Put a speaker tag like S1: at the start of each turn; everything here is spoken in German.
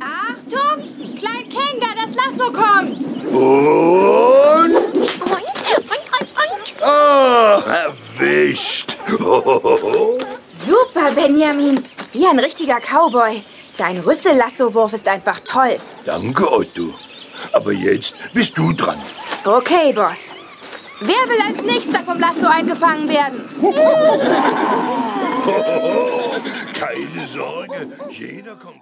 S1: Achtung! Klein Kenga, das Lasso kommt!
S2: Und
S3: Oink, oink, oink, oink.
S2: ah, erwischt. Hohoho.
S1: Super, Benjamin! Wie ein richtiger Cowboy. Dein Rüssellassowurf ist einfach toll.
S2: Danke, Otto. Aber jetzt bist du dran.
S1: Okay, Boss. Wer will als nächster vom Lasso eingefangen werden?
S2: Keine Sorge, jeder kommt.